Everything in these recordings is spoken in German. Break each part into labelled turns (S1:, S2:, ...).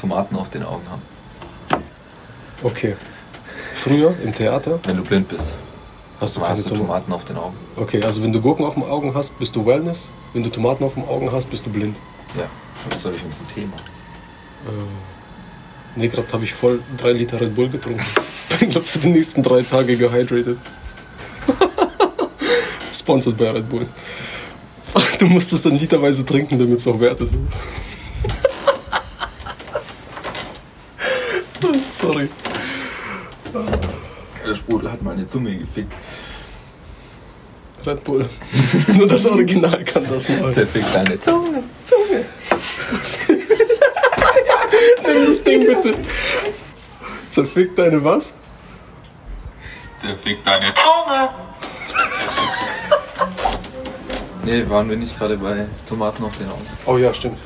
S1: Tomaten auf den Augen haben,
S2: Okay. Früher im Theater
S1: wenn du blind bist.
S2: hast du
S1: Dann
S2: keine
S1: hast du
S2: Tomaten.
S1: Tomaten auf den Augen.
S2: Okay, also wenn du Gurken auf dem Augen hast, bist du Wellness. Wenn du Tomaten auf dem Augen hast, bist du blind.
S1: Ja, was soll ich uns ein Thema?
S2: Nee, gerade habe ich voll drei Liter Red Bull getrunken. Bin, glaube für die nächsten drei Tage gehydrated. Sponsored bei Red Bull. Du musst es dann literweise trinken, damit es auch wert ist. Sorry.
S1: Der Sprudel hat meine Zunge gefickt.
S2: Red Bull. Nur das Original kann das mal.
S1: Zerfickt deine Zunge.
S2: Nimm das Ding bitte. Zerfickt deine was?
S1: Zerfickt deine Zunge. Nee, waren wir nicht gerade bei Tomaten auf den Augen?
S2: Oh ja, stimmt.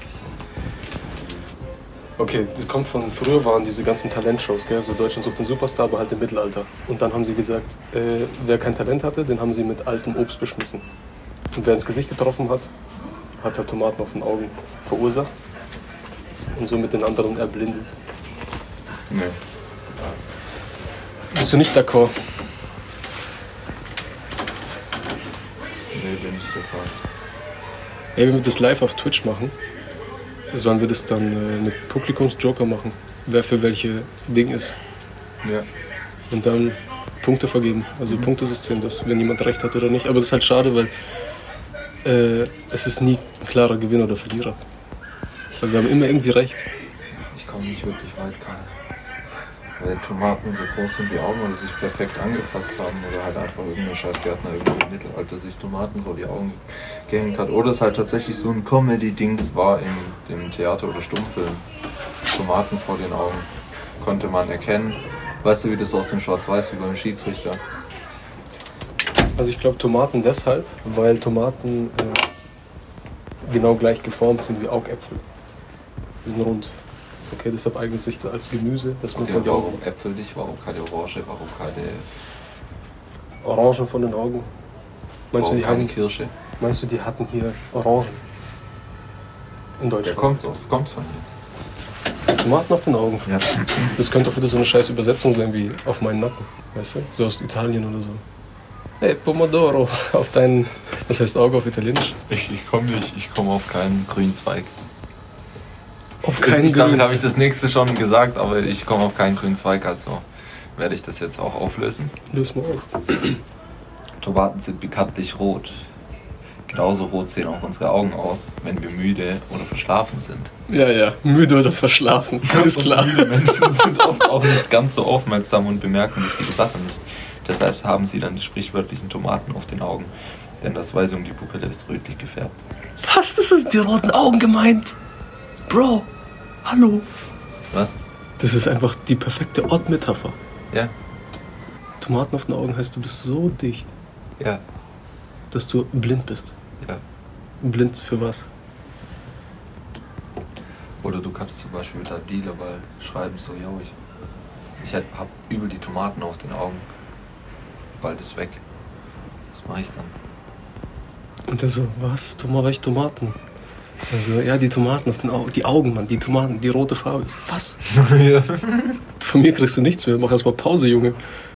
S2: Okay, das kommt von früher waren diese ganzen Talentshows, gell? So Deutschland sucht den Superstar, aber halt im Mittelalter. Und dann haben sie gesagt, äh, wer kein Talent hatte, den haben sie mit altem Obst beschmissen. Und wer ins Gesicht getroffen hat, hat halt Tomaten auf den Augen verursacht und somit den anderen erblindet.
S1: Nee.
S2: Bist du nicht d'accord?
S1: Nee, bin ich der Fall.
S2: Ey, wenn wir das live auf Twitch machen, sollen wir das dann äh, mit Publikumsjoker machen? Wer für welche Ding ist.
S1: Ja.
S2: und dann Punkte vergeben. Also Punktesystem, dass wenn jemand recht hat oder nicht. Aber das ist halt schade, weil äh, es ist nie ein klarer Gewinner oder Verlierer. Weil wir haben immer irgendwie recht.
S1: Ich komme nicht wirklich weit gerade. Weil Tomaten so groß sind wie Augen oder sich perfekt angefasst haben oder halt einfach irgendein Scheißgärtner irgendwo im Mittelalter sich Tomaten vor die Augen gehängt hat. Oder es halt tatsächlich so ein Comedy-Dings war im, im Theater oder Stummfilm. Tomaten vor den Augen konnte man erkennen. Weißt du, wie das aus dem Schwarz-Weiß wie beim Schiedsrichter?
S2: Also ich glaube Tomaten deshalb, weil Tomaten äh, genau gleich geformt sind wie Augäpfel. Die sind rund. Okay, deshalb eignet sich das als Gemüse, dass man
S1: Okay,
S2: von den
S1: warum
S2: Augen,
S1: Äpfel nicht, warum keine Orange, warum keine,
S2: Orangen von den Augen. Meinst du,
S1: warum
S2: die
S1: keine
S2: haben,
S1: Kirsche?
S2: meinst du, die hatten hier Orangen? In
S1: Der
S2: Deutschland.
S1: kommt's auf, kommt's von hier.
S2: Tomaten auf den Augen.
S1: Ja.
S2: Das könnte auch wieder so eine scheiß Übersetzung sein wie auf meinen Nacken, weißt du? So aus Italien oder so. Hey, Pomodoro, auf deinen. Was heißt Auge auf Italienisch?
S1: Ich, ich komme nicht, ich komme auf keinen grünen Zweig.
S2: Auf
S1: ich, damit habe ich das nächste schon gesagt, aber ich komme auf keinen grünen Zweig, also werde ich das jetzt auch auflösen.
S2: Löst mal auf.
S1: Tomaten sind bekanntlich rot. Genauso rot sehen auch unsere Augen aus, wenn wir müde oder verschlafen sind.
S2: Ja, ja. Müde oder verschlafen. Ist klar.
S1: Müde Menschen sind oft auch nicht ganz so aufmerksam und bemerken wichtige Sachen nicht. Deshalb haben sie dann die sprichwörtlichen Tomaten auf den Augen. Denn das weiß um die Pupille ist rötlich gefärbt.
S2: Was? Das sind die roten Augen gemeint. Bro, hallo.
S1: Was?
S2: Das ist einfach die perfekte Ortmetapher.
S1: Ja,
S2: Tomaten auf den Augen heißt, du bist so dicht,
S1: ja,
S2: dass du blind bist.
S1: ja.
S2: Blind für was?
S1: Oder du kannst zum Beispiel mit deinem Dealerball schreiben, so, yo, ich, ich hab hab übel die Tomaten auf den Augen. Bald ist weg. Was mache ich dann?
S2: Und er so, was? Toma, welche Tomaten? Ich war so, ja, die Tomaten auf den Augen. Die Augen, Mann, die Tomaten, die rote Farbe. Ich so, was? Von mir kriegst du nichts mehr. Mach erstmal Pause, Junge.